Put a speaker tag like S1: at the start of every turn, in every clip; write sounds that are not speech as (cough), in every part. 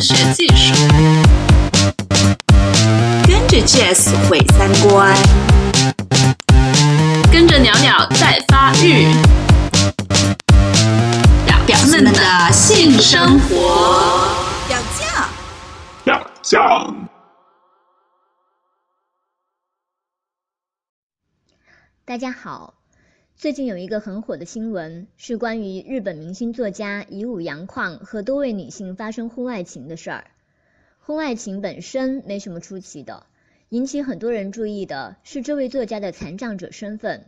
S1: 学技术，
S2: 跟着 Jazz 毁三观，
S1: 跟着袅袅在发育，婊
S2: 表
S1: 婊
S2: 示
S1: 们
S2: 们
S1: 的
S2: 的性
S1: 性生
S2: 生
S1: 活。
S2: 表酱。
S3: 表酱。
S4: 大家好，最近有一个很火的新闻，是关于日本明星作家乙武洋矿和多位女性发生婚外情的事儿。婚外情本身没什么出奇的，引起很多人注意的是这位作家的残障者身份。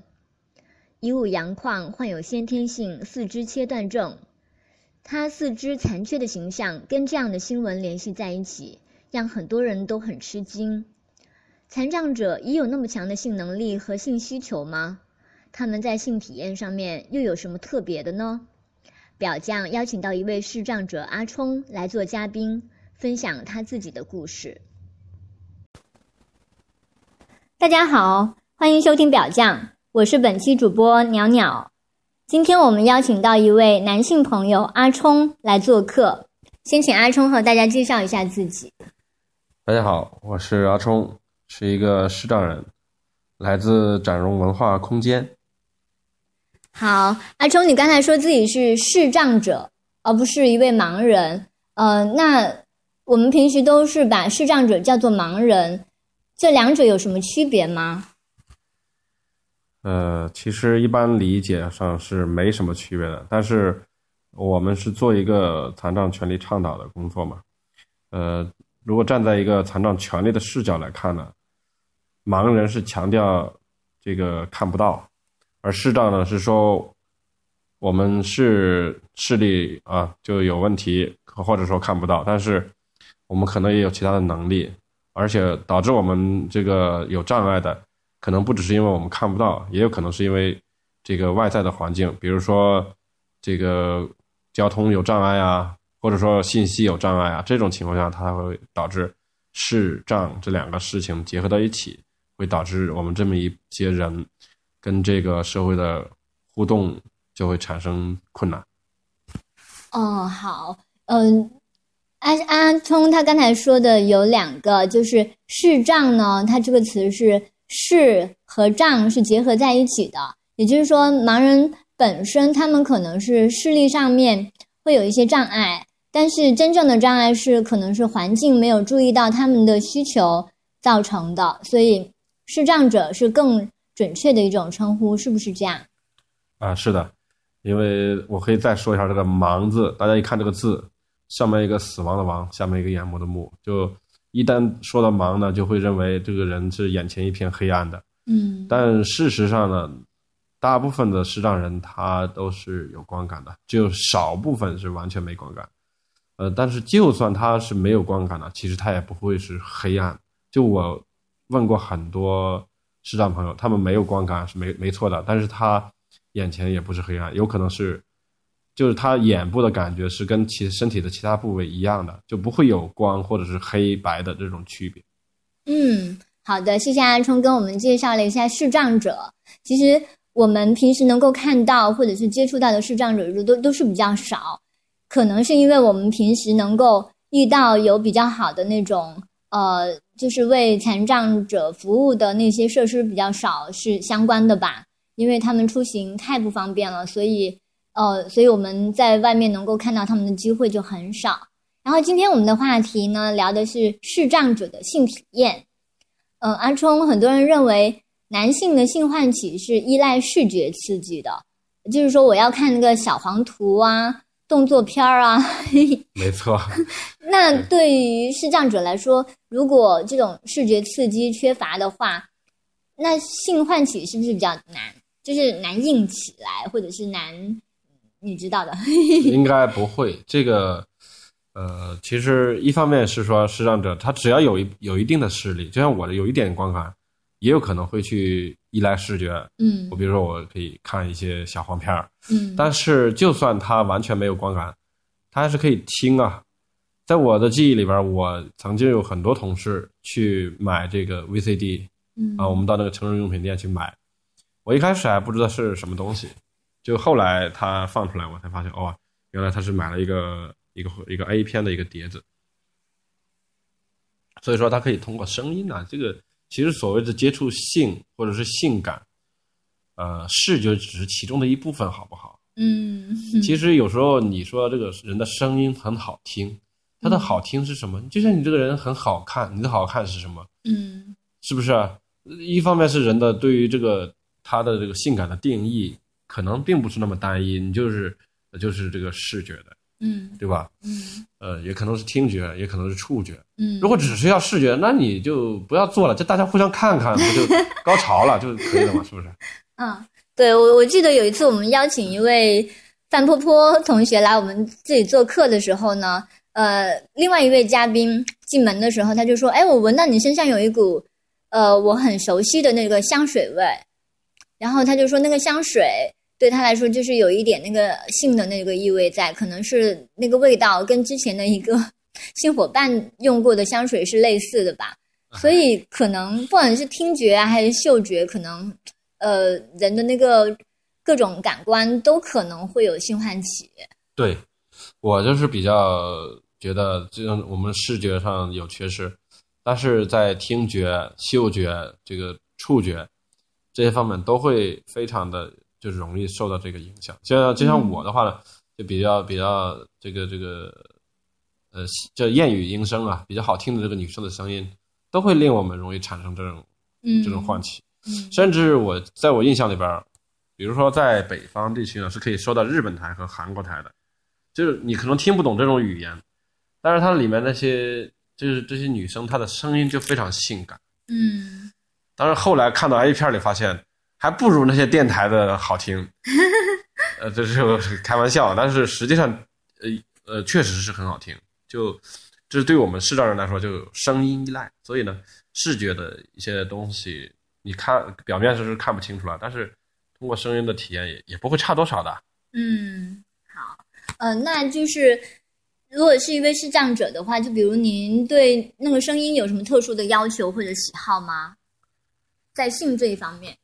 S4: 乙武洋矿患有先天性四肢切断症，他四肢残缺的形象跟这样的新闻联系在一起，让很多人都很吃惊。残障者也有那么强的性能力和性需求吗？他们在性体验上面又有什么特别的呢？表匠邀请到一位视障者阿冲来做嘉宾，分享他自己的故事。大家好，欢迎收听表匠，我是本期主播袅袅。今天我们邀请到一位男性朋友阿冲来做客，先请阿冲和大家介绍一下自己。
S5: 大家好，我是阿冲，是一个视障人，来自展荣文化空间。
S4: 好，阿冲，你刚才说自己是视障者，而不是一位盲人。呃，那我们平时都是把视障者叫做盲人，这两者有什么区别吗？
S5: 呃，其实一般理解上是没什么区别的，但是我们是做一个残障权利倡导的工作嘛。呃，如果站在一个残障权利的视角来看呢，盲人是强调这个看不到，而视障呢是说我们是视力啊就有问题，或者说看不到，但是我们可能也有其他的能力，而且导致我们这个有障碍的。可能不只是因为我们看不到，也有可能是因为这个外在的环境，比如说这个交通有障碍啊，或者说信息有障碍啊，这种情况下，它才会导致视障这两个事情结合到一起，会导致我们这么一些人跟这个社会的互动就会产生困难。
S4: 哦，好，嗯，阿阿冲他刚才说的有两个，就是视障呢，它这个词是视和障是结合在一起的，也就是说，盲人本身他们可能是视力上面会有一些障碍，但是真正的障碍是可能是环境没有注意到他们的需求造成的，所以视障者是更准确的一种称呼，是不是这样？
S5: 啊，是的，因为我可以再说一下这个“盲”字，大家一看这个字，上面一个死亡的“亡”，下面一个眼目的“目”，就一旦说到盲呢，就会认为这个人是眼前一片黑暗的。
S4: 嗯，
S5: 但事实上呢，大部分的视障人他都是有观感的，只有少部分是完全没观感。呃，但是就算他是没有观感的，其实他也不会是黑暗。就我问过很多视障朋友，他们没有观感是没没错的，但是他眼前也不是黑暗，有可能是就是他眼部的感觉是跟其身体的其他部位一样的，就不会有光或者是黑白的这种区别。
S4: 嗯，好的，谢谢阿冲跟我们介绍了一下视障者。其实我们平时能够看到或者是接触到的视障者都都是比较少，可能是因为我们平时能够遇到有比较好的那种呃，就是为残障者服务的那些设施比较少是相关的吧，因为他们出行太不方便了，所以呃，所以我们在外面能够看到他们的机会就很少。然后今天我们的话题呢，聊的是视障者的性体验。嗯，阿冲，很多人认为男性的性唤起是依赖视觉刺激的，就是说我要看那个小黄图啊、动作片儿啊。
S5: 没错。
S4: 那
S5: 对
S4: 对于视障者来说，如果这种视觉刺激缺乏的话，那性唤起是不是比较难？就是难硬起来，或者是难，你知道的。 (laughs)
S5: 应该不会。这个，呃，其实一方面是说视障者他只要有一有一定的视力，就像我的有一点观感，也有可能会去依赖视觉。
S4: 嗯
S5: 我比如说我可以看一些小黄片儿，
S4: 嗯，
S5: 但是就算他完全没有观感，他还是可以听啊。在我的记忆里边，我曾经有很多同事去买这个 VCD，
S4: 嗯
S5: 啊，我们到那个成人用品店去买。我一开始还不知道是什么东西，就后来他放出来，我才发现哦，原来他是买了一个一个一个 A 片的一个碟子。所以说，它可以通过声音啊，这个其实所谓的接触性或者是性感，呃，视觉只是其中的一部分，好不好？
S4: 嗯，
S5: 其实有时候你说这个人的声音很好听，他的好听是什么？就像你这个人很好看，你的好看是什么？
S4: 嗯
S5: 是不是啊？一方面是人的对于这个他的这个性感的定义，可能并不是那么单一，你就是就是这个视觉的，
S4: 嗯
S5: 对吧？
S4: 嗯
S5: 呃，也可能是听觉，也可能是触觉。
S4: 嗯，
S5: 如果只是要视觉，那你就不要做了，就大家互相看看，不就高潮了就可以了嘛？是不是？
S4: 嗯
S6: 对我我记得有一次我们邀请一位范坡坡同学来我们自己做客的时候呢，呃，另外一位嘉宾进门的时候他就说：“哎，我闻到你身上有一股呃我很熟悉的那个香水味。”然后他就说那个香水对他来说就是有一点那个性的那个意味在，可能是那个味道跟之前的一个 (laughs) 性伙伴用过的香水是类似的吧。所以可能不管是听觉啊还是嗅觉，可能呃人的那个各种感官都可能会有性唤起。
S5: 对，我就是比较觉得，这种我们视觉上有缺失，但是在听觉、嗅觉、这个触觉这些方面都会非常的，就是容易受到这个影响。就像就像我的话呢，就比较比较这个这个，呃，叫燕语莺声啊，比较好听的这个女生的声音，都会令我们容易产生这种
S4: 嗯
S5: 这种唤起。
S4: 嗯
S5: 甚至我在我印象里边儿，比如说在北方地区呢，是可以收到日本台和韩国台的，就是你可能听不懂这种语言，但是它里面那些就是这些女生，她的声音就非常性感。
S4: 嗯
S5: 但是后来看到 A 片里发现，还不如那些电台的好听。呃，这是开玩笑，但是实际上，呃呃，确实是很好听。就这对我们视障人来说，就有声音依赖，所以呢，视觉的一些东西，你看表面上是看不清楚了，但是通过声音的体验也也不会差多少的。
S4: 嗯，好，呃，那就是如果是一位视障者的话，就比如您对那个声音有什么特殊的要求或者喜好吗？在性这一方面，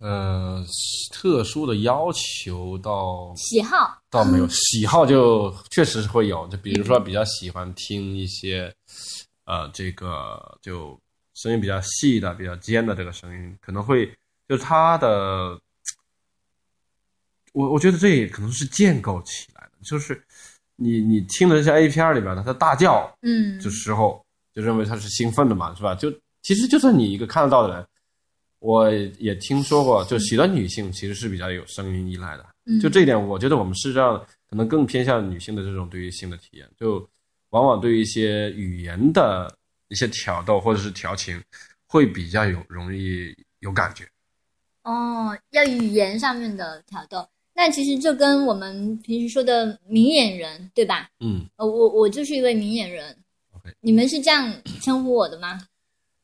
S5: 呃，特殊的要求到
S4: 喜好，
S5: 倒没有，喜好就确实是会有，就比如说比较喜欢听一些，呃，这个就声音比较细的、比较尖的这个声音，可能会就是它的，我我觉得这也可能是建构起来的，就是你你听了像 A 片里边的他大叫
S4: 嗯，
S5: 这时候，就认为他是兴奋的嘛，是吧？就其实就算你一个看得到的人，我也听说过，就许多女性其实是比较有声音依赖的。
S4: 嗯
S5: 就这一点，我觉得我们事实上可能更偏向女性的这种对于性的体验，就往往对于一些语言的一些挑逗或者是调情，会比较有容易有感觉。
S4: 哦，要语言上面的挑逗，那其实就跟我们平时说的明眼人，对吧？
S5: 嗯，
S4: 呃，我我就是一位明眼人
S5: OK
S4: 你们是这样称呼我的吗？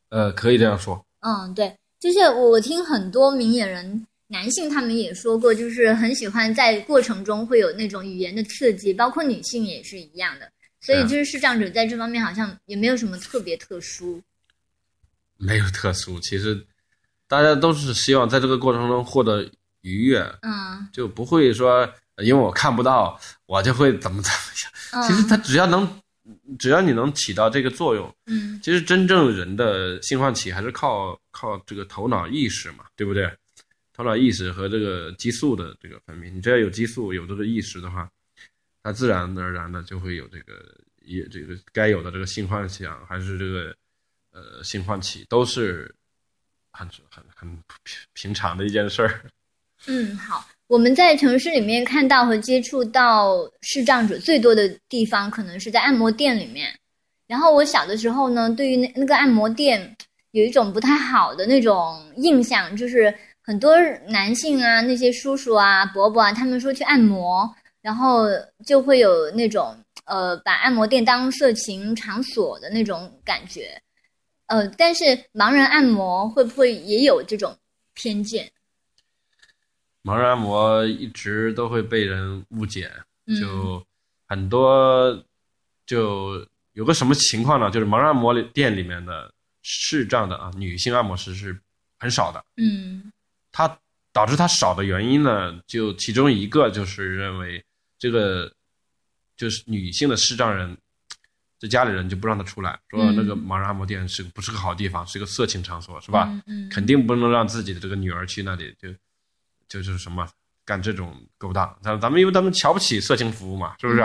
S5: 呃，可以这样说。
S4: 嗯，对，就是我我听很多明眼人男性他们也说过，就是很喜欢在过程中会有那种语言的刺激，包括女性也是一样的。所以
S5: 是啊
S4: 就是视障者在这方面好像也没有什么特别特殊。
S5: 没有特殊，其实大家都是希望在这个过程中获得愉悦，
S4: 嗯
S5: 就不会说呃因为我看不到，我就会怎么怎么
S4: 嗯
S5: 样。 (laughs) 其实它只要能，只要你能起到这个作用，
S4: 嗯
S5: 其实真正人的性唤起还是靠靠这个头脑意识嘛，对不对？头脑意识和这个激素的这个分泌，你只要有激素，有这个意识的话，它自然而然的就会有这个也这个该有的这个性幻想，还是这个呃性唤起，都是很很很平平常的一件事儿。
S4: 嗯，好。我们在城市里面看到和接触到视障者最多的地方，可能是在按摩店里面。然后我小的时候呢，对于那那个按摩店有一种不太好的那种印象，就是很多男性啊，那些叔叔啊、伯伯啊，他们说去按摩，然后就会有那种呃，把按摩店当色情场所的那种感觉。呃，但是盲人按摩会不会也有这种偏见？
S5: 盲人按摩一直都会被人误解，
S4: 嗯
S5: 就很多就有个什么情况呢？就是盲人按摩里店里面的视障的啊，女性按摩师是很少的。
S4: 嗯。
S5: 它导致它少的原因呢，就其中一个就是认为这个就是女性的视障人这家里人就不让他出来，说那个盲人按摩店是个不是个好地方，是个色情场所，是吧？
S4: 嗯
S5: 肯定不能让自己的这个女儿去那里，就就就是什么干这种勾当。咱咱们因为咱们瞧不起色情服务嘛，是不是、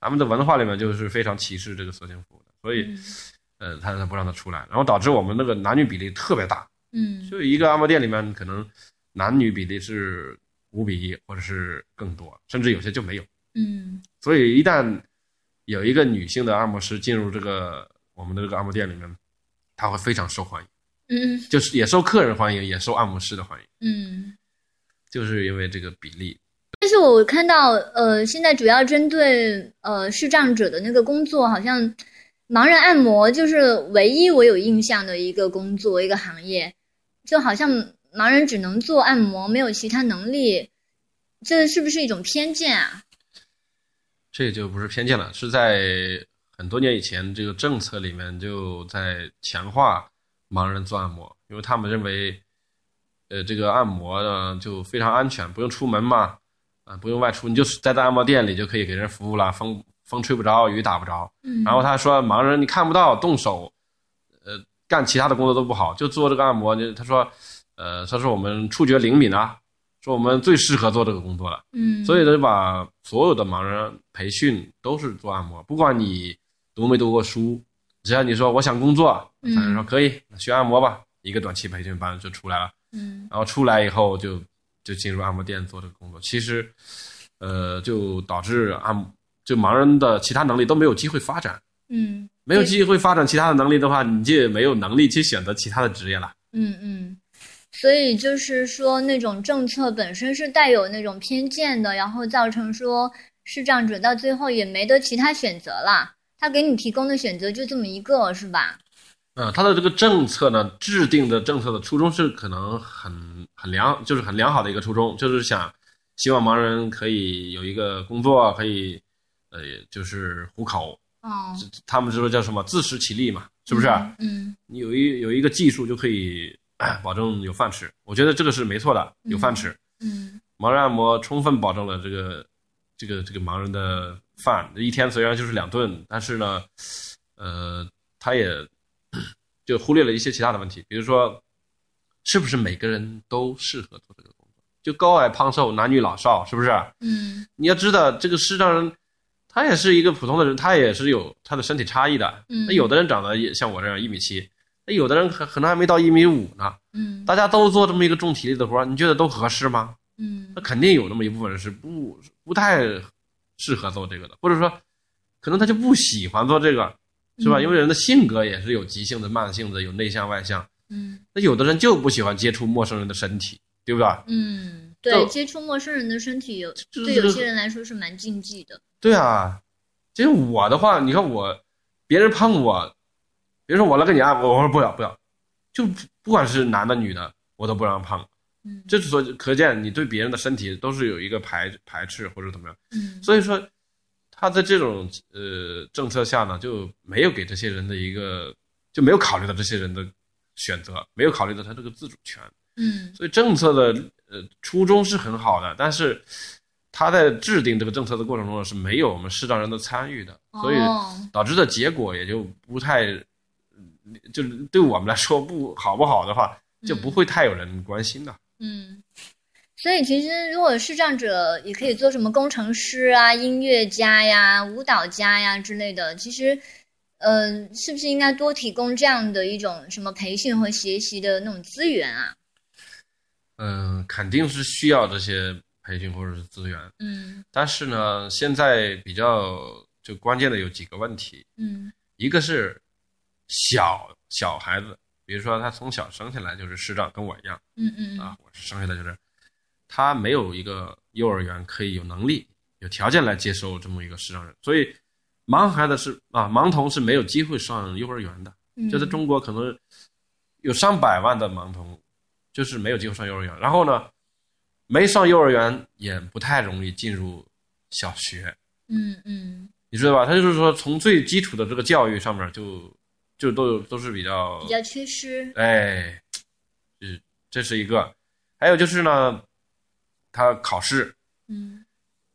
S5: 咱们的文化里面就是非常歧视这个色情服务的，所以，呃，他他不让他出来，然后导致我们那个男女比例特别大，
S4: 嗯
S5: 就一个按摩店里面可能男女比例是五比一，或者是更多，甚至有些就没有。
S4: 嗯
S5: 所以一旦有一个女性的按摩师进入这个我们的这个按摩店里面，她会非常受欢迎，
S4: 嗯
S5: 就是也受客人欢迎，也受按摩师的欢迎，
S4: 嗯。
S5: 就是因为这个比例。
S4: 但是我看到，呃，现在主要针对呃视障者的那个工作，好像盲人按摩就是唯一我有印象的一个工作一个行业，就好像盲人只能做按摩，没有其他能力，这是不是一种偏见啊？
S5: 这就不是偏见了，是在很多年以前，这个政策里面就在强化盲人做按摩，因为他们认为，呃，这个按摩呢就非常安全，不用出门嘛，啊，不用外出，你就待在按摩店里就可以给人服务了，风风吹不着，雨打不着。
S4: 嗯，
S5: 然后他说盲人你看不到，动手，呃，干其他的工作都不好，就做这个按摩。就他说，呃，他说我们触觉灵敏啊，说我们最适合做这个工作了。
S4: 嗯，
S5: 所以呢，把所有的盲人培训都是做按摩，不管你读没读过书，只要你说我想工作，
S4: 嗯
S5: 他人说可以学按摩吧，一个短期培训班就出来了。
S4: 嗯
S5: 然后出来以后就就进入按摩店做这个工作，其实，呃，就导致按就盲人的其他能力都没有机会发展，
S4: 嗯
S5: 没有机会发展其他的能力的话，你就也没有能力去选择其他的职业了。
S4: 嗯嗯，所以就是说，那种政策本身是带有那种偏见的，然后造成说视障者到最后也没得其他选择啦。他给你提供的选择就这么一个，是吧？
S5: 嗯，他的这个政策呢，制定的政策的初衷是可能很很良，就是很良好的一个初衷，就是想希望盲人可以有一个工作，可以呃，就是糊口。
S4: 哦，
S5: 他们说叫什么自食其力嘛，是不啊是？
S4: 嗯
S5: 你有一有一个技术就可以呃保证有饭吃，我觉得这个是没错的，有饭吃。
S4: 嗯
S5: 盲人按摩充分保证了这个这个这个盲人的饭，一天虽然就是两顿，但是呢，呃，他也 (coughs) 就忽略了一些其他的问题，比如说，是不是每个人都适合做这个工作？就高矮胖瘦、男女老少，是不是？
S4: 嗯
S5: 你要知道，这个视障人，他也是一个普通的人，他也是有他的身体差异的。
S4: 嗯
S5: 那有的人长得也像我这样一米七，那有的人可可能还没到一米五呢。
S4: 嗯
S5: 大家都做这么一个重体力的活儿，你觉得都合适吗？
S4: 嗯
S5: 那肯定有那么一部分人是不不太适合做这个的，或者说，可能他就不喜欢做这个，是吧？
S4: 嗯
S5: 因为人的性格也是有急性子、慢性子，有内向、外向。
S4: 嗯
S5: 那有的人就不喜欢接触陌生人的身体，对不对？
S4: 嗯，对，
S5: 就
S4: 接触陌生人的身体有，
S5: 这
S4: 对有些人来说是蛮禁忌的。
S5: 对啊，其实我的话，你看我，别人碰我，比如说我来给你按，我我说不要不要，就不不管是男的女的，我都不让碰。
S4: 嗯
S5: 这所可见，你对别人的身体都是有一个排排斥或者怎么样。
S4: 嗯
S5: 所以说，他在这种呃政策下呢，就没有给这些人的一个，就没有考虑到这些人的选择，没有考虑到他这个自主权。
S4: 嗯
S5: 所以政策的呃初衷是很好的，但是他在制定这个政策的过程中呢，是没有我们视障人的参与的，所以
S4: 哦
S5: 导致的结果也就不太，嗯就是对我们来说不好不好的话，就不会太有人关心的。
S4: 嗯，所以其实如果视障者也可以做什么工程师啊、音乐家呀、舞蹈家呀之类的，其实，嗯、是不是应该多提供这样的一种什么培训和学习的那种资源啊？
S5: 嗯、肯定是需要这些培训或者是资源，
S4: 嗯
S5: 但是呢，现在比较就关键的有几个问题，
S4: 嗯
S5: 一个是小小孩子，比如说他从小生下来就是视障，跟我一样。
S4: 嗯嗯
S5: 啊，我是生下来就是，他没有一个幼儿园可以有能力、有条件来接收这么一个视障人，所以盲孩子是啊，盲童是没有机会上幼儿园的。
S4: 嗯，
S5: 就在中国可能有上百万的盲童，就是没有机会上幼儿园。然后呢，没上幼儿园也不太容易进入小学，
S4: 嗯嗯
S5: 你知道吧？他就是说从最基础的这个教育上面就就都有都是比较
S4: 比较缺失，
S5: 哎，这这是一个，还有就是呢，他考试
S4: 嗯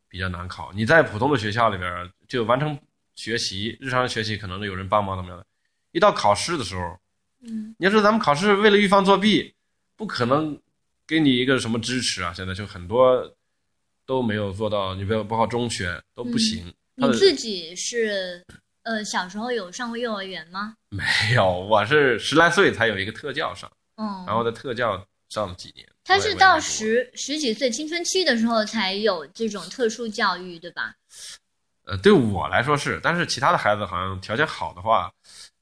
S5: 比较难考。你在普通的学校里边儿就完成学习，日常学习可能有人帮忙怎么样的，一到考试的时候，嗯，你要说咱们考试为了预防作弊，不可能给你一个什么支持啊，现在就很多都没有做到，你不要包括中学都不行。他
S4: 嗯你
S5: 的
S4: 自己是呃小时候有上过幼儿园吗？
S5: (laughs) 没有，我是十来岁才有一个特教上，
S4: 嗯，
S5: 然后在特教上了几年。
S4: 他
S5: 我也
S4: 是
S5: 没
S4: 到
S5: 读过
S4: 十十几岁青春期的时候才有这种特殊教育，对吧？
S5: 呃，对我来说是，但是其他的孩子好像条件好的话，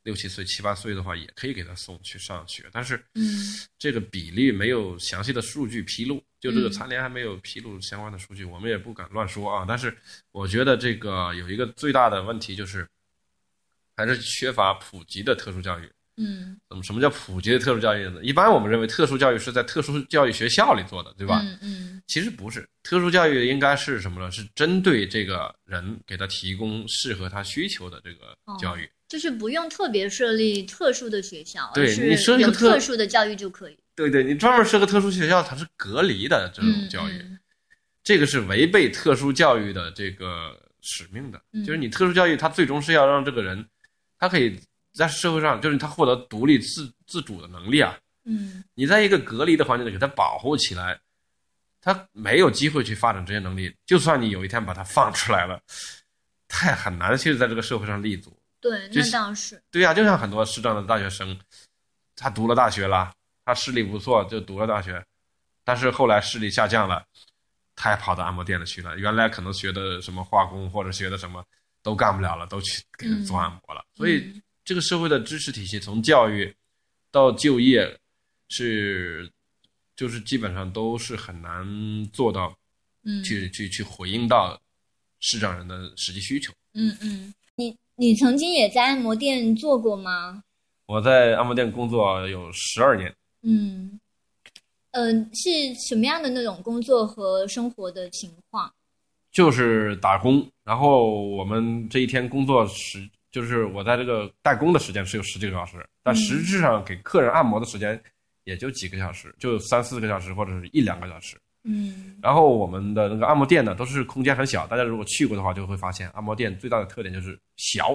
S5: 六七岁、七八岁的话，也可以给他送去上学，但是
S4: 嗯
S5: 这个比例没有详细的数据披露，就这个
S4: 嗯
S5: 残联还没有披露相关的数据，我们也不敢乱说啊。但是我觉得这个有一个最大的问题就是，还是缺乏普及的特殊教育。
S4: 嗯，
S5: 怎么什么叫普及的特殊教育呢？一般我们认为特殊教育是在特殊教育学校里做的，对吧？
S4: 嗯嗯
S5: 其实不是，特殊教育应该是什么呢？是针对这个人，给他提供适合他需求的这个
S4: 哦
S5: 教育。
S4: 就是不用特别设立特殊的学校，
S5: 对
S4: 而是
S5: 你设立
S4: 有
S5: 个特
S4: 特殊的教育就可以。
S5: 对对，你专门设个特殊学校，它是隔离的这种
S4: 嗯，
S5: 教育，
S4: 嗯
S5: 这个是违背特殊教育的这个使命的。
S4: 嗯
S5: 就是你特殊教育，它最终是要让这个人，他可以在社会上，就是他获得独立自自主的能力啊。
S4: 嗯
S5: 你在一个隔离的环境里给他保护起来，他没有机会去发展这些能力。就算你有一天把他放出来了，他也很难去在这个社会上立足。
S4: 对，
S5: 就
S4: 那
S5: 是
S4: 倒是，
S5: 对呀、就像很多视障的大学生，他读了大学啦，他视力不错，就读了大学，但是后来视力下降了，他也跑到按摩店里去了。原来可能学的什么化工或者学的什么都干不了了，都去给人做按摩了。所以
S4: 嗯
S5: 这个社会的支持体系，从教育到就业，是就是基本上都是很难做到
S4: 嗯
S5: 去、去去回应到视障人的实际需求。
S4: 嗯嗯，你你曾经也在按摩店做过吗？
S5: 我在按摩店工作有十二年。
S4: 嗯，呃，是什么样的那种工作和生活的情况？
S5: 就是打工，然后我们这一天工作时，就是我在这个代工的时间是有十几个小时，但实质上给客人按摩的时间也就几个小时，就三四个小时或者是一两个小时。
S4: 嗯
S5: 然后我们的那个按摩店呢，都是空间很小，大家如果去过的话就会发现，按摩店最大的特点就是小，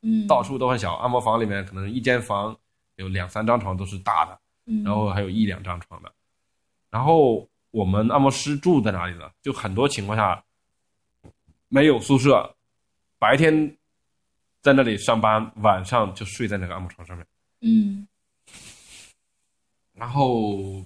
S4: 嗯，
S5: 到处都很小。按摩房里面可能一间房有两三张床都是大的，
S4: 嗯，
S5: 然后还有一两张床的。然后我们按摩师住在哪里呢？就很多情况下没有宿舍，白天在那里上班，晚上就睡在那个按摩床上面。
S4: 嗯
S5: 然后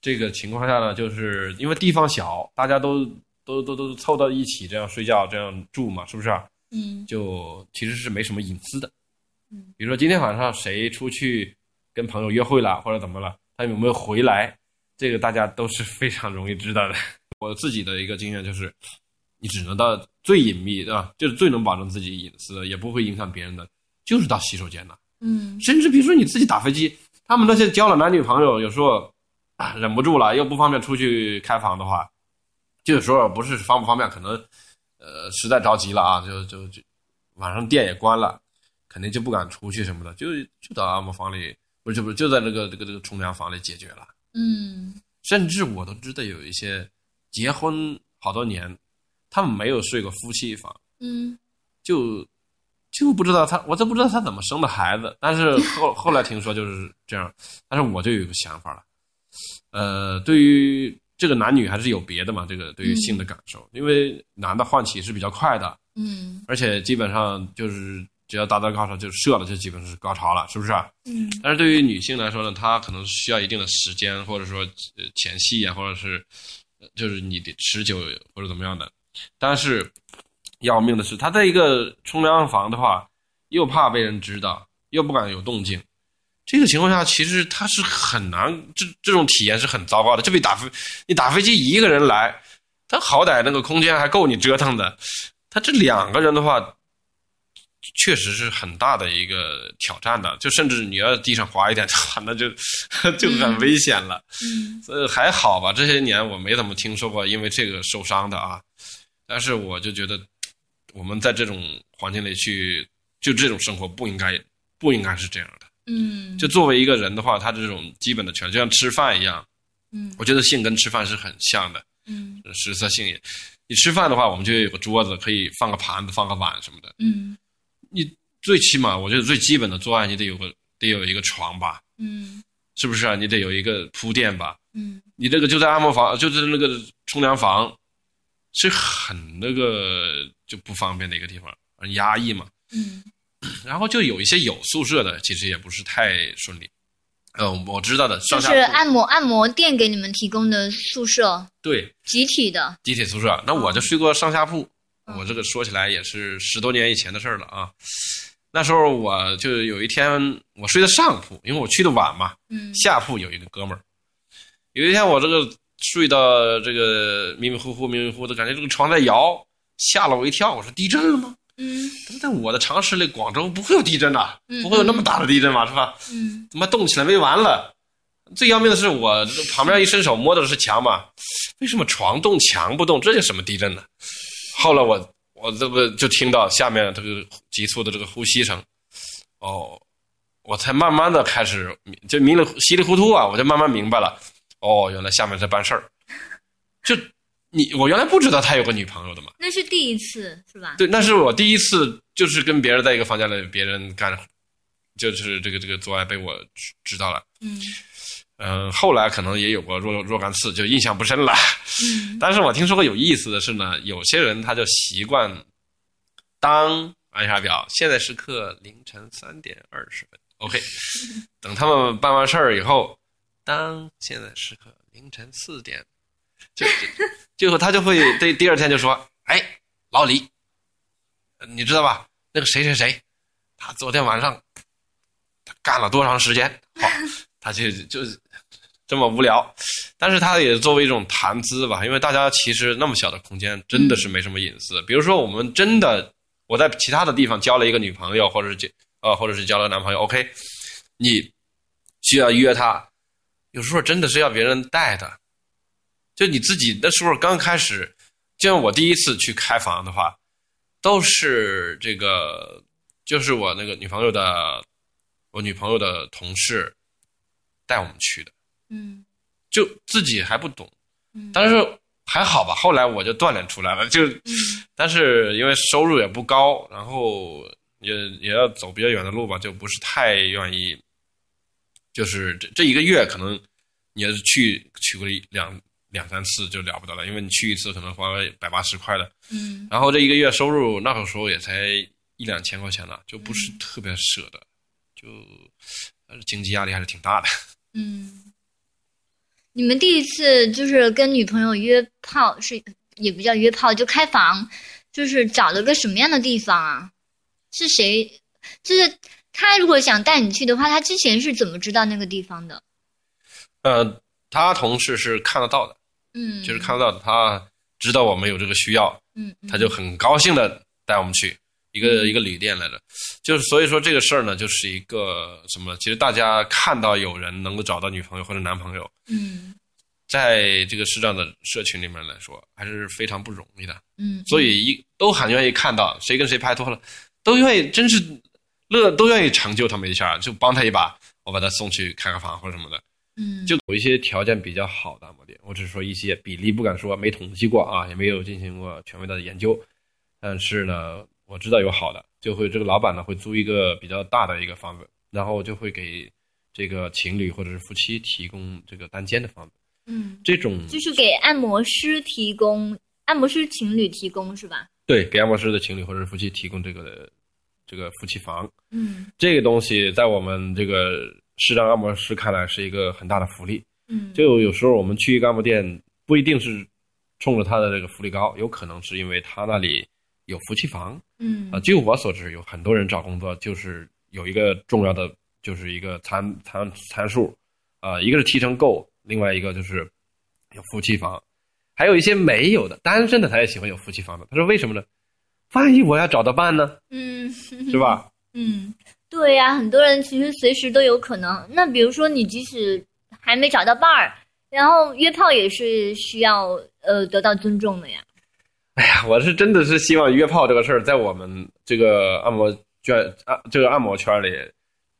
S5: 这个情况下呢，就是因为地方小，大家都都都都凑到一起这样睡觉，这样住嘛，是不是啊、
S4: 嗯
S5: 就其实是没什么隐私的。
S4: 嗯，
S5: 比如说今天晚上谁出去跟朋友约会了，或者怎么了，他有没有回来，这个大家都是非常容易知道的。 (laughs) 我自己的一个经验就是，你只能到最隐秘啊，就是最能保证自己隐私的，也不会影响别人的，就是到洗手间呐。
S4: 嗯
S5: 甚至比如说你自己打飞机，他们那些交了男女朋友，有时候啊忍不住了，又不方便出去开房的话，就有时候不是方不方便，可能呃实在着急了啊，就就就晚上店也关了，肯定就不敢出去什么的，就就到按摩房里，不是就不是就在那个这个这个冲凉房里解决了。
S4: 嗯
S5: 甚至我都知道有一些结婚好多年，他们没有睡过夫妻房，
S4: 嗯
S5: 就就不知道他，我都不知道他怎么生的孩子。但是后后来听说就是这样，但是我就有一个想法了，呃，对于这个男女还是有别的嘛，这个对于
S4: 嗯
S5: 性的感受，因为男的唤起是比较快的，
S4: 嗯
S5: 而且基本上就是只要达到高潮就射了，就基本上是高潮了，是不是啊、
S4: 嗯
S5: 但是对于女性来说呢，她可能需要一定的时间，或者说呃前戏啊，或者是呃就是你得持久或者怎么样的。但是要命的是，她在一个冲凉房的话，又怕被人知道，又不敢有动静。这个情况下，其实她是很难，这这种体验是很糟糕的。这比打飞，你打飞机一个人来，他好歹那个空间还够你折腾的。他这两个人的话，确实是很大的一个挑战的，就甚至你要地上滑一点的 (laughs) 话，那就就很危险了。
S4: 嗯
S5: 呃，还好吧，这些年我没怎么听说过因为这个受伤的啊。但是我就觉得，我们在这种环境里去，就这种生活不应该不应该是这样的。
S4: 嗯，
S5: 就作为一个人的话，他这种基本的权，就像吃饭一样，
S4: 嗯
S5: 我觉得性跟吃饭是很像的。
S7: 嗯
S5: 食色性也。你吃饭的话，我们就有个桌子，可以放个盘子、放个碗什么的。
S7: 嗯
S5: 你最起码，我觉得最基本的做爱，你得有个得有一个床吧，
S7: 嗯
S5: 是不是啊？你得有一个铺垫吧。
S7: 嗯
S5: 你这个就在按摩房，就是那个冲凉房，是很那个就不方便的一个地方，很压抑嘛。
S7: 嗯
S5: 然后就有一些有宿舍的，其实也不是太顺利。呃，我知道的，上
S4: 就
S5: 下
S4: 是
S5: 铺
S4: 按摩按摩店给你们提供的宿舍，
S5: 对
S4: 集体的，
S5: 集体宿舍。那我就
S7: 嗯
S5: 睡过上下铺，我这个说起来也是十多年以前的事儿了啊。那时候我就有一天我睡的上铺，因为我去的晚嘛，
S7: 嗯
S5: 下铺有一个哥们儿。有一天我这个睡到这个迷迷糊糊、迷迷糊糊的感觉，这个床在摇，吓了我一跳。我说地震了吗？
S7: 嗯
S5: 怎么在我的常识里，广州不会有地震的、
S7: 嗯
S5: 不会有那么大的地震吧？是吧？
S7: 嗯
S5: 他妈动起来没完了。最要命的是我旁边一伸手摸到的是墙嘛，为什么床动墙不动？这叫什么地震呢？后来我我这不就听到下面这个急促的这个呼吸声，哦，我才慢慢的开始就迷了稀里糊涂啊，我就慢慢明白了，哦，原来下面在办事儿。就你我原来不知道他有个女朋友的嘛，
S4: 那是第一次是吧？
S5: 对，那是我第一次，就是跟别人在一个房间里，别人干，就是这个这个做爱被我知知道了。
S7: 嗯
S5: 嗯，后来可能也有过若若干次，就印象不深了。
S7: 嗯
S5: 但是我听说过有意思的是呢，有些人他就习惯当按一下表，现在时刻凌晨三点二十分，OK，等他们办完事儿以后，当现在时刻凌晨四点，就就 (laughs) 最后他就会对第二天就说，哎，老李，呃你知道吧？那个谁谁谁，他昨天晚上他干了多长时间？好，他就就是这么无聊。但是它也作为一种谈资吧，因为大家其实那么小的空间，真的是没什么隐私。比如说，我们真的我在其他的地方交了一个女朋友，或者是交呃，或者是交了男朋友，OK，你需要约他，有时候真的是要别人带的，就你自己那时候刚开始，就像我第一次去开房的话，都是这个，就是我那个女朋友的，我女朋友的同事带我们去的。
S7: 嗯
S5: 就自己还不懂
S7: 嗯，
S5: 但是还好吧。后来我就锻炼出来了，就 (laughs) 但是因为收入也不高，然后也也要走比较远的路吧，就不是太愿意。就是这这一个月可能你要是去去过一两两三次就了不得了，因为你去一次可能花个百八十块的，
S7: 嗯
S5: 然后这一个月收入那个时候也才一两千块钱呢，就不是
S7: 嗯
S5: 特别舍得，就但是经济压力还是挺大的。
S7: 嗯
S4: 你们第一次就是跟女朋友约炮是也不叫约炮，就开房，就是找了个什么样的地方啊？是谁？就是他如果想带你去的话，他之前是怎么知道那个地方的？
S5: 呃，他同事是看得到的。
S7: 嗯，
S5: 就是看到他知道我们有这个需要，
S7: 嗯嗯
S5: 他就很高兴的带我们去一个一个旅店来着。就是所以说这个事儿呢，就是一个什么？其实大家看到有人能够找到女朋友或者男朋友，
S7: 嗯
S5: 在这个视障的社群里面来说，还是非常不容易的。
S7: 嗯，
S5: 所以一都很愿意看到谁跟谁拍拖了，都愿意真是乐，都愿意成就他们一下，就帮他一把，我把他送去开个房或者什么的。
S7: 嗯
S5: 就有一些条件比较好的按摩店，我只是说一些比例，不敢说，没统计过啊，也没有进行过权威的研究。但是呢，我知道有好的，就会这个老板呢会租一个比较大的一个房子，然后就会给这个情侣或者是夫妻提供这个单间的房子。
S7: 嗯
S5: 这种
S4: 就是给按摩师提供，按摩师情侣提供是吧？
S5: 对给按摩师的情侣或者是夫妻提供这个这个夫妻房，
S7: 嗯
S5: 这个东西在我们这个视障按摩师看来是一个很大的福利。
S7: 嗯，
S5: 就有时候我们去一个按摩店，不一定是冲着他的这个福利高，有可能是因为他那里有夫妻房
S7: 嗯
S5: 啊。据我所知，有很多人找工作就是有一个重要的，就是一个参参参数啊，一个是提成够，另外一个就是有夫妻房，还有一些没有的单身的他也喜欢有夫妻房的。他说为什么呢？万一我要找到伴呢，
S7: 嗯 (laughs)
S5: 是吧？
S4: 嗯，对呀、很多人其实随时都有可能。那比如说，你即使还没找到伴儿，然后约炮也是需要呃得到尊重的呀。
S5: 我是真的是希望约炮这个事儿，在我们这个按摩圈啊，这个按摩圈里，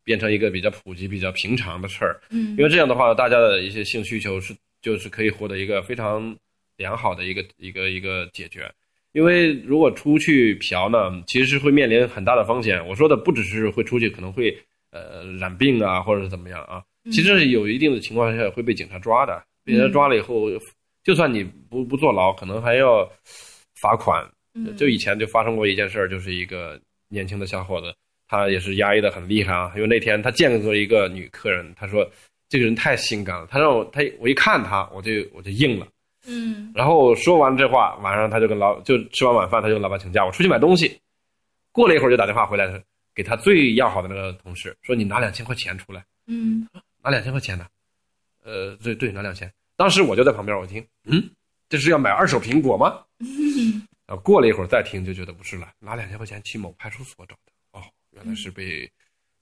S5: 变成一个比较普及、比较平常的事儿。
S7: 嗯
S5: 因为这样的话，大家的一些性需求是就是可以获得一个非常良好的一个一个一个解决。因为如果出去嫖呢，其实是会面临很大的风险。我说的不只是会出去，可能会呃染病啊，或者是怎么样啊。其实是有一定的情况下会被警察抓的，被人家抓了以后，就算你不不坐牢，可能还要罚款。
S7: 嗯
S4: 嗯
S5: 就以前就发生过一件事儿，就是一个年轻的小伙子，他也是压抑的很厉害啊。因为那天他见过一个女客人，他说这个人太性感了，他让我他我一看他我就我就硬了。
S4: 嗯
S5: 然后说完这话，晚上他就跟老就吃完晚饭，他就跟老板请假，我出去买东西。过了一会儿就打电话回来，给他最要好的那个同事说：“你拿两千块钱出来。”
S4: 嗯
S5: 拿两千块钱呢？呃，对对，拿两千。当时我就在旁边，我听，嗯，这是要买二手苹果吗？啊，过了一会儿再听就觉得不是了，拿两千块钱去某派出所找的。哦，原来是被、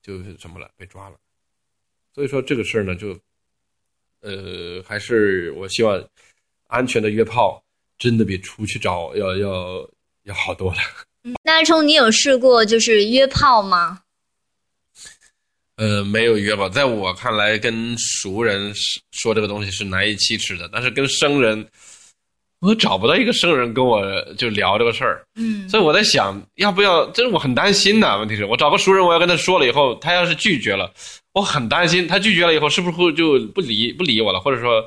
S5: 就是什么了，被抓了。所以说这个事儿呢，就呃，还是我希望安全的约炮真的比出去找要要要好多了。
S4: 嗯。那阿冲，你有试过就是约炮吗？
S5: 呃，没有约吧，在我看来，跟熟人是说这个东西是难以启齿的，但是跟生人，我找不到一个生人跟我就聊这个事儿，
S4: 嗯
S5: 所以我在想，要不要？这是我很担心呐。问题是我找个熟人，我要跟他说了以后，他要是拒绝了，我很担心，他拒绝了以后是不是会就不理不理我了，或者说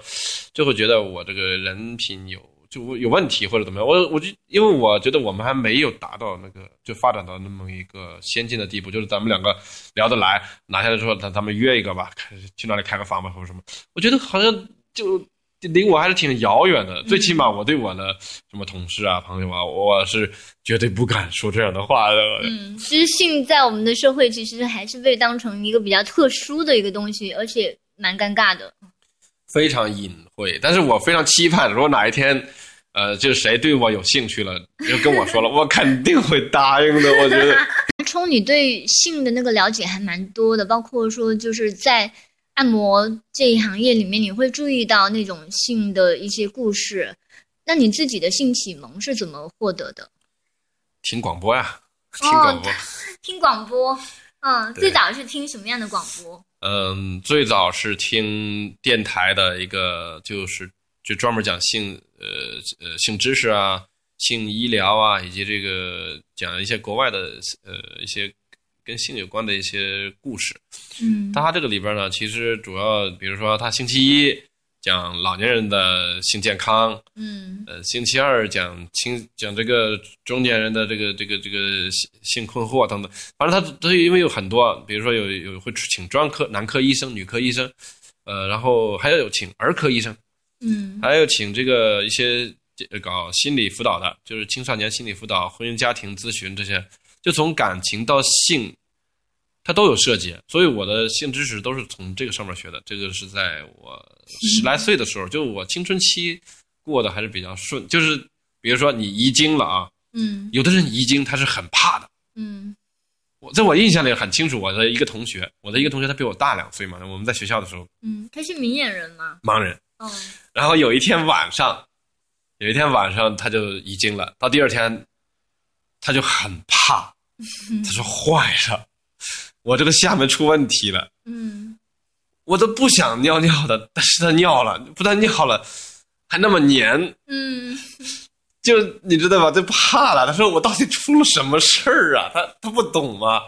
S5: 就会觉得我这个人品有就有问题或者怎么样？我我就因为我觉得我们还没有达到那个就发展到那么一个先进的地步，就是咱们两个聊得来，拿下来之后，咱咱们约一个吧，开去哪里开个房吧，或者什么？我觉得好像就离我还是挺遥远的。最起码我对我的什么同事啊、朋友啊，我是绝对不敢说这样的话的。
S4: 嗯，其实性在我们的社会其实还是被当成一个比较特殊的一个东西，而且蛮尴尬的。
S5: 非常隐晦，但是我非常期盼，如果哪一天，呃，就是谁对我有兴趣了，就跟我说了，我肯定会答应的。我觉得，
S4: 阿冲，你对性的那个了解还蛮多的，包括说就是在按摩这一行业里面，你会注意到那种性的一些故事。那你自己的性启蒙是怎么获得的？
S5: 听广播呀、听广播。
S4: 听广播，嗯，
S5: 对
S4: 最早是听什么样的广播？
S5: 嗯，最早是听电台的一个，就是就专门讲性呃呃性知识啊、性医疗啊，以及这个讲一些国外的呃一些跟性有关的一些故事。
S4: 嗯
S5: 它这个里边呢，其实主要比如说，它星期一讲老年人的性健康，
S4: 嗯
S5: 呃，星期二讲青讲这个中年人的这个这个这个性性困惑等等，反正他他因为有很多，啊比如说有有会请专科男科医生、女科医生，呃，然后还要有请儿科医生，
S4: 嗯
S5: 还有请这个一些呃搞心理辅导的，就是青少年心理辅导、婚姻家庭咨询这些，就从感情到性，它都有涉及。所以我的性知识都是从这个上面学的。这个是在我十来岁的时候，就我青春期过得还是比较顺。就是比如说你遗精了啊，
S4: 嗯
S5: 有的人遗精他是很怕的。
S4: 嗯
S5: 我在我印象里很清楚，我的一个同学，我的一个同学他比我大两岁嘛，我们在学校的时候
S4: 嗯，他是明眼人吗？
S5: 盲人。
S4: 哦，
S5: 然后有一天晚上，有一天晚上他就遗精了，到第二天，他就很怕，他说坏了，我这个下面出问题了，
S4: 嗯
S5: 我都不想尿尿的，但是他尿了，不但尿了，还那么黏，
S4: 嗯
S5: 就你知道吧，就怕了。他说我到底出了什么事儿啊？他他不懂吗？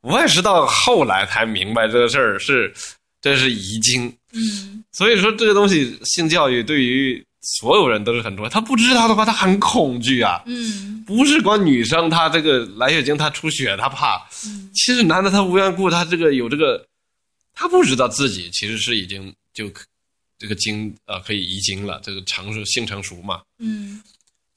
S5: 我也是到后来才明白这个事儿是，这是遗精。
S4: 嗯
S5: 所以说这个东西，性教育对于所有人都是很重要。他不知道的话，他很恐惧啊。
S4: 嗯
S5: 不是光女生，她这个来月经，她出血，她怕。
S4: 嗯
S5: 其实男的他无缘故，他这个有这个，他不知道自己其实是已经就可这个经呃可以遗精了，这个成熟性成熟嘛。
S4: 嗯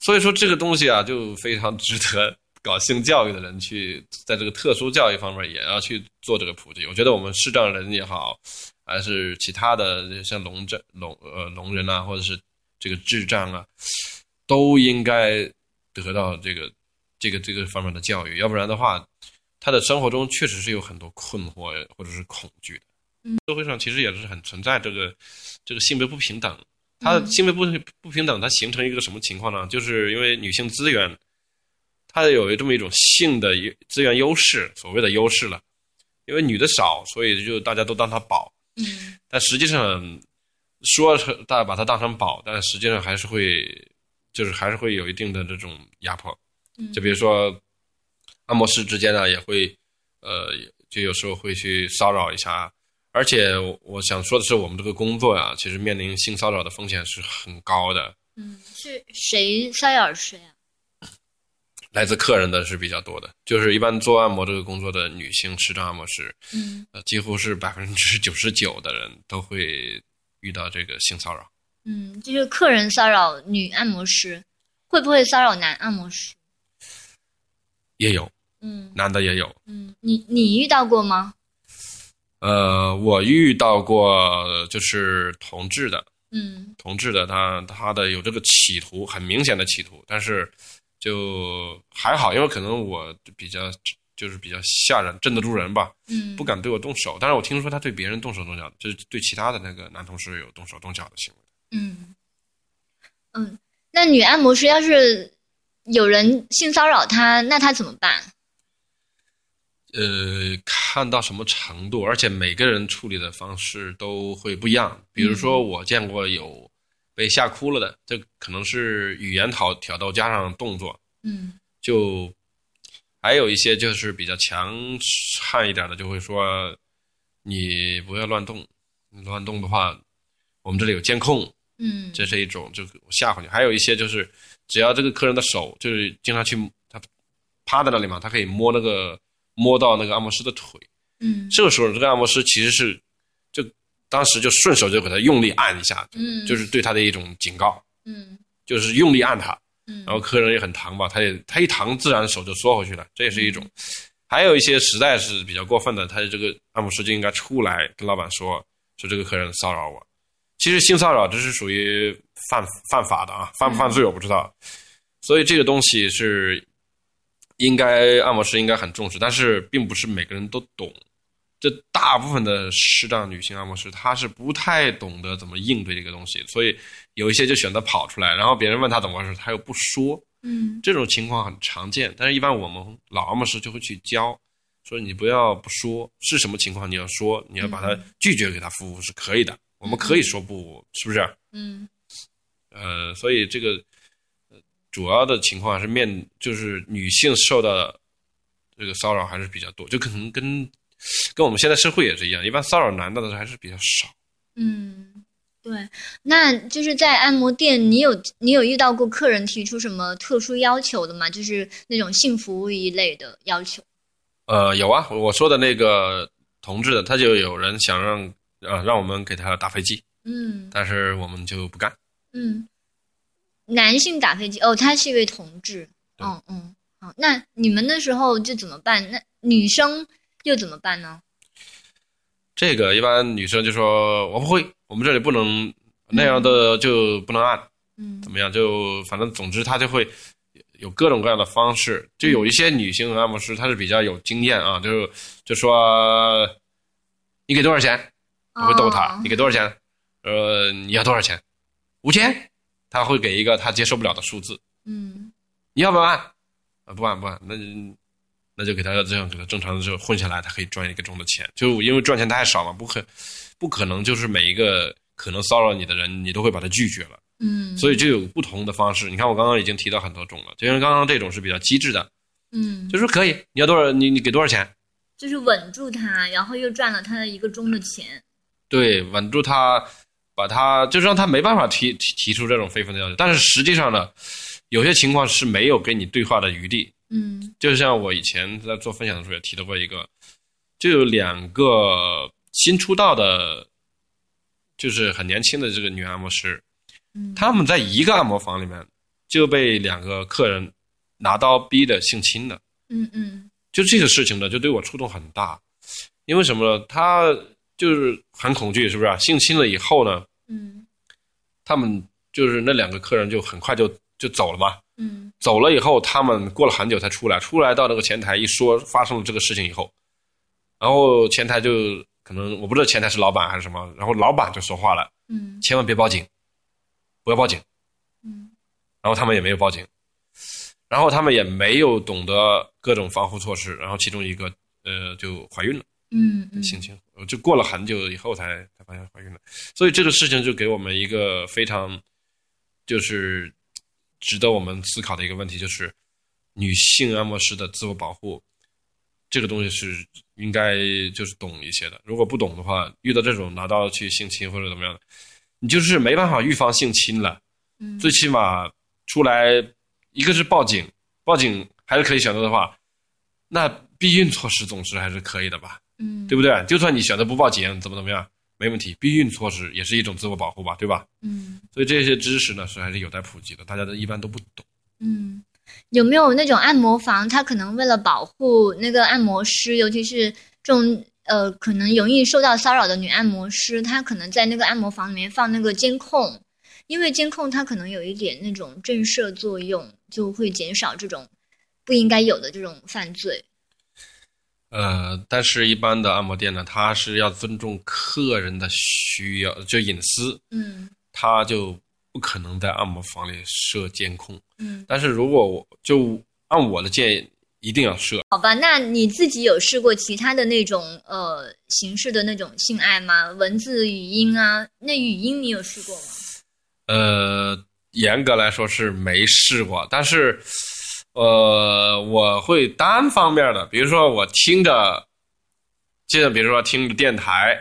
S5: 所以说这个东西啊，就非常值得 (laughs) 搞性教育的人去在这个特殊教育方面也要去做这个普及。我觉得我们视障人也好，还是其他的像聋障、聋呃聋人啊，或者是这个智障啊，都应该得到这个这个这个方面的教育，要不然的话，他的生活中确实是有很多困惑或者是恐惧的。
S4: 嗯，
S5: 社会上其实也是很存在这个这个性别不平等。它性别不不平等，它形成一个什么情况呢？就是因为女性资源，它有这么一种性的优资源优势，所谓的优势了。因为女的少，所以就大家都当她宝。
S4: 嗯
S5: 但实际上，说是大把它当成宝，但实际上还是会，就是还是会有一定的这种压迫。
S4: 嗯
S5: 就比如说，按摩师之间呢，也会，呃，就有时候会去骚扰一下。而且我我想说的是，我们这个工作呀、其实面临性骚扰的风险是很高的。
S4: 嗯，是谁骚扰谁啊？
S5: 来自客人的是比较多的，就是一般做按摩这个工作的女性视障按摩师，
S4: 嗯
S5: 呃，几乎是百分之九十九的人都会遇到这个性骚扰。
S4: 嗯，就是客人骚扰女按摩师，会不会骚扰男按摩师？
S5: 也有
S4: 嗯
S5: 男的也有，
S4: 嗯，你你遇到过吗？
S5: 呃，我遇到过就是同志的，
S4: 嗯
S5: 同志的他他的有这个企图，很明显的企图，但是就还好，因为可能我比较就是比较吓人，镇得住人吧，
S4: 嗯，
S5: 不敢对我动手。但是我听说他对别人动手动脚，就是对其他的那个男同事有动手动脚的行为。
S4: 嗯，嗯，那女按摩师要是有人性骚扰她，那她怎么办？
S5: 呃，看到什么程度，而且每个人处理的方式都会不一样。比如说，我见过有被吓哭了的，这可能是语言挑挑逗加上动作，
S4: 嗯
S5: 就还有一些就是比较强悍一点的，就会说你不要乱动，你乱动的话，我们这里有监控，
S4: 嗯
S5: 这是一种就吓唬你。还有一些就是，只要这个客人的手就是经常去他趴在那里嘛，他可以摸那个摸到那个按摩师的腿，
S4: 嗯
S5: 这个时候这个按摩师其实是就当时就顺手就给他用力按一下，
S4: 嗯
S5: 就是对他的一种警告，
S4: 嗯
S5: 就是用力按他，
S4: 嗯
S5: 然后客人也很疼吧，他也他一疼，自然手就缩回去了，这也是一种。还有一些实在是比较过分的，他这个按摩师就应该出来跟老板说，说这个客人骚扰我。其实性骚扰这是属于犯犯法的啊，犯不犯罪我不知道。所以这个东西是应该按摩师应该很重视，但是并不是每个人都懂。这大部分的适当女性按摩师，她是不太懂得怎么应对这个东西，所以有一些就选择跑出来，然后别人问他怎么回事，他又不说，
S4: 嗯
S5: 这种情况很常见。但是，一般我们老按摩师就会去教，说你不要不说是什么情况，你要说，你要把它拒绝给他服务是可以的，我们可以说不，是不是？
S4: 嗯
S5: 呃，所以这个呃主要的情况还是面就是女性受到的这个骚扰还是比较多，就可能跟跟我们现在社会也是一样，一般骚扰男的的还是比较少。
S4: 嗯，对，那就是在按摩店，你有你有遇到过客人提出什么特殊要求的吗？就是那种性服务一类的要求。
S5: 呃，有啊，我说的那个同志的，他就有人想让啊、让我们给他打飞机，
S4: 嗯
S5: 但是我们就不干。
S4: 嗯，男性打飞机哦，他是一位同志。
S5: 对
S4: 嗯嗯，好，那你们那时候就怎么办？那女生又怎么办呢？
S5: 这个一般女生就说我不会，我们这里不能那样的就不能按，
S4: 嗯
S5: 怎么样？就反正总之她就会有各种各样的方式。就有一些女性按摩师她是比较有经验啊，就就说你给多少钱，我会逗她，
S4: 哦
S5: 你给多少钱？呃，你要多少钱？五千，她会给一个她接受不了的数字。
S4: 嗯
S5: 你要不要按？啊，不按不按，那就那就给他这样给他正常的就混下来，他可以赚一个钟的钱。就因为赚钱太少嘛，不可不可能就是每一个可能骚扰你的人，你都会把他拒绝了。
S4: 嗯，
S5: 所以就有不同的方式。你看我刚刚已经提到很多种了，就因为刚刚这种是比较机智的，
S4: 嗯，
S5: 就说可以，你要多少，你你给多少钱？
S4: 就是稳住他，然后又赚了他的一个钟的钱。
S5: 对，稳住他，把他就是让他没办法提提提出这种非分的要求。但是实际上呢，有些情况是没有给你对话的余地，
S4: 嗯
S5: 就像我以前在做分享的时候也提到过一个，就有两个新出道的，就是很年轻的这个女按摩师，
S4: 嗯，
S5: 她们在一个按摩房里面就被两个客人拿刀逼的性侵了。
S4: 嗯嗯
S5: 就这个事情呢，就对我触动很大，因为什么呢？她就是很恐惧，是不是、啊？性侵了以后呢，
S4: 嗯
S5: 他们就是那两个客人就很快就就走了嘛，
S4: 嗯
S5: 走了以后，他们过了很久才出来，出来到那个前台一说发生了这个事情以后，然后前台就可能我不知道前台是老板还是什么，然后老板就说话了，
S4: 嗯
S5: 千万别报警，不要报警。
S4: 嗯
S5: 然后他们也没有报警，然后他们也没有懂得各种防护措施，然后其中一个呃就怀孕了，
S4: 嗯嗯
S5: 性情，我就过了很久以后才才发现怀孕了，所以这个事情就给我们一个非常就是值得我们思考的一个问题，就是女性按摩师的自我保护这个东西是应该就是懂一些的，如果不懂的话，遇到这种拿刀去性侵或者怎么样的，你就是没办法预防性侵了，
S4: 嗯
S5: 最起码出来一个是报警，报警还是可以选择的话，那避孕措施总是还是可以的吧。
S4: 嗯，
S5: 对不对？就算你选择不报警，怎么怎么样，没问题。避孕措施也是一种自我保护吧，对吧？
S4: 嗯
S5: 所以这些知识呢是还是有待普及的，大家都一般都不懂。
S4: 嗯，有没有那种按摩房，它可能为了保护那个按摩师，尤其是这种呃可能容易受到骚扰的女按摩师，她可能在那个按摩房里面放那个监控，因为监控它可能有一点那种震慑作用，就会减少这种不应该有的这种犯罪。
S5: 呃，但是一般的按摩店呢，它是要尊重客人的需要，就隐私，
S4: 嗯
S5: 它就不可能在按摩房里设监控。
S4: 嗯，
S5: 但是如果我就按我的建议，一定要设。
S4: 好吧，那你自己有试过其他的那种呃形式的那种性爱吗？文字、语音啊，那语音你有试过吗？
S5: 呃，严格来说是没试过，但是，呃，我会单方面的，比如说我听着，现在比如说听着电台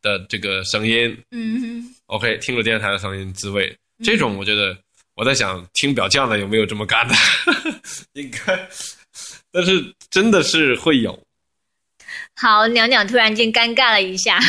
S5: 的这个声音
S4: 嗯哼。
S5: ，OK，听着电台的声音滋味，这种我觉得我在想，听表匠的有没有这么干的？ (laughs) 应该，但是真的是会有，
S4: 好，鸟鸟突然间尴尬了一下。 (laughs)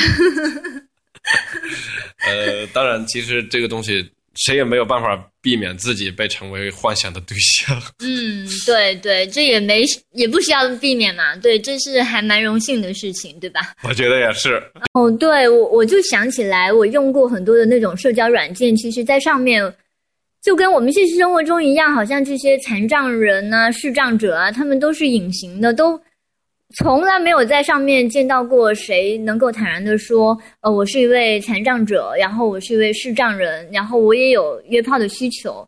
S5: 呃，当然，其实这个东西谁也没有办法避免自己被成为幻想的对象。 (laughs)
S4: 嗯，对对，这也没也不需要避免嘛。对，这是还蛮荣幸的事情，对吧？
S5: 我觉得也是，
S4: 哦，对，我我就想起来，我用过很多的那种社交软件，其实在上面就跟我们现实生活中一样，好像这些残障人呐、视障者啊，他们都是隐形的，都从来没有在上面见到过谁能够坦然的说，呃，我是一位残障者，然后我是一位视障人，然后我也有约炮的需求，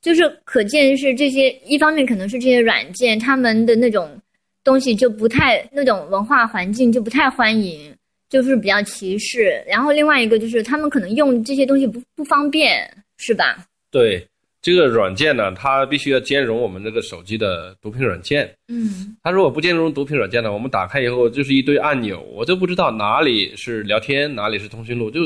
S4: 就是可见是这些，一方面可能是这些软件他们的那种东西就不太那种文化环境就不太欢迎，就是比较歧视。然后另外一个就是他们可能用这些东西不不方便，是吧？
S5: 对这个软件呢，它必须要兼容我们这个手机的毒品软件。
S4: 嗯
S5: 它如果不兼容毒品软件呢，我们打开以后就是一堆按钮，我就不知道哪里是聊天，哪里是通讯录，就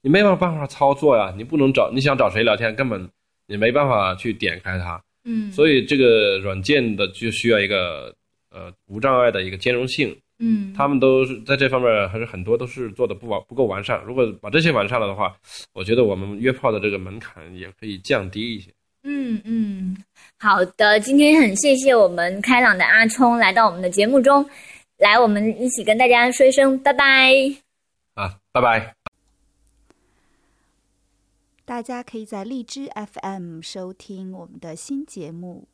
S5: 你没有办法操作呀，你不能找你想找谁聊天，根本你没办法去点开它。
S4: 嗯
S5: 所以这个软件的就需要一个呃无障碍的一个兼容性。
S4: 嗯
S5: 他们都是在这方面还是很多都是做的不完不够完善。如果把这些完善了的话，我觉得我们约炮的这个门槛也可以降低一些。
S4: 嗯嗯，好的，今天很谢谢我们开朗的阿聪来到我们的节目中，来我们一起跟大家说一声拜拜。
S5: 啊，拜拜。
S2: 大家可以在荔枝 FM 收听我们的新节目。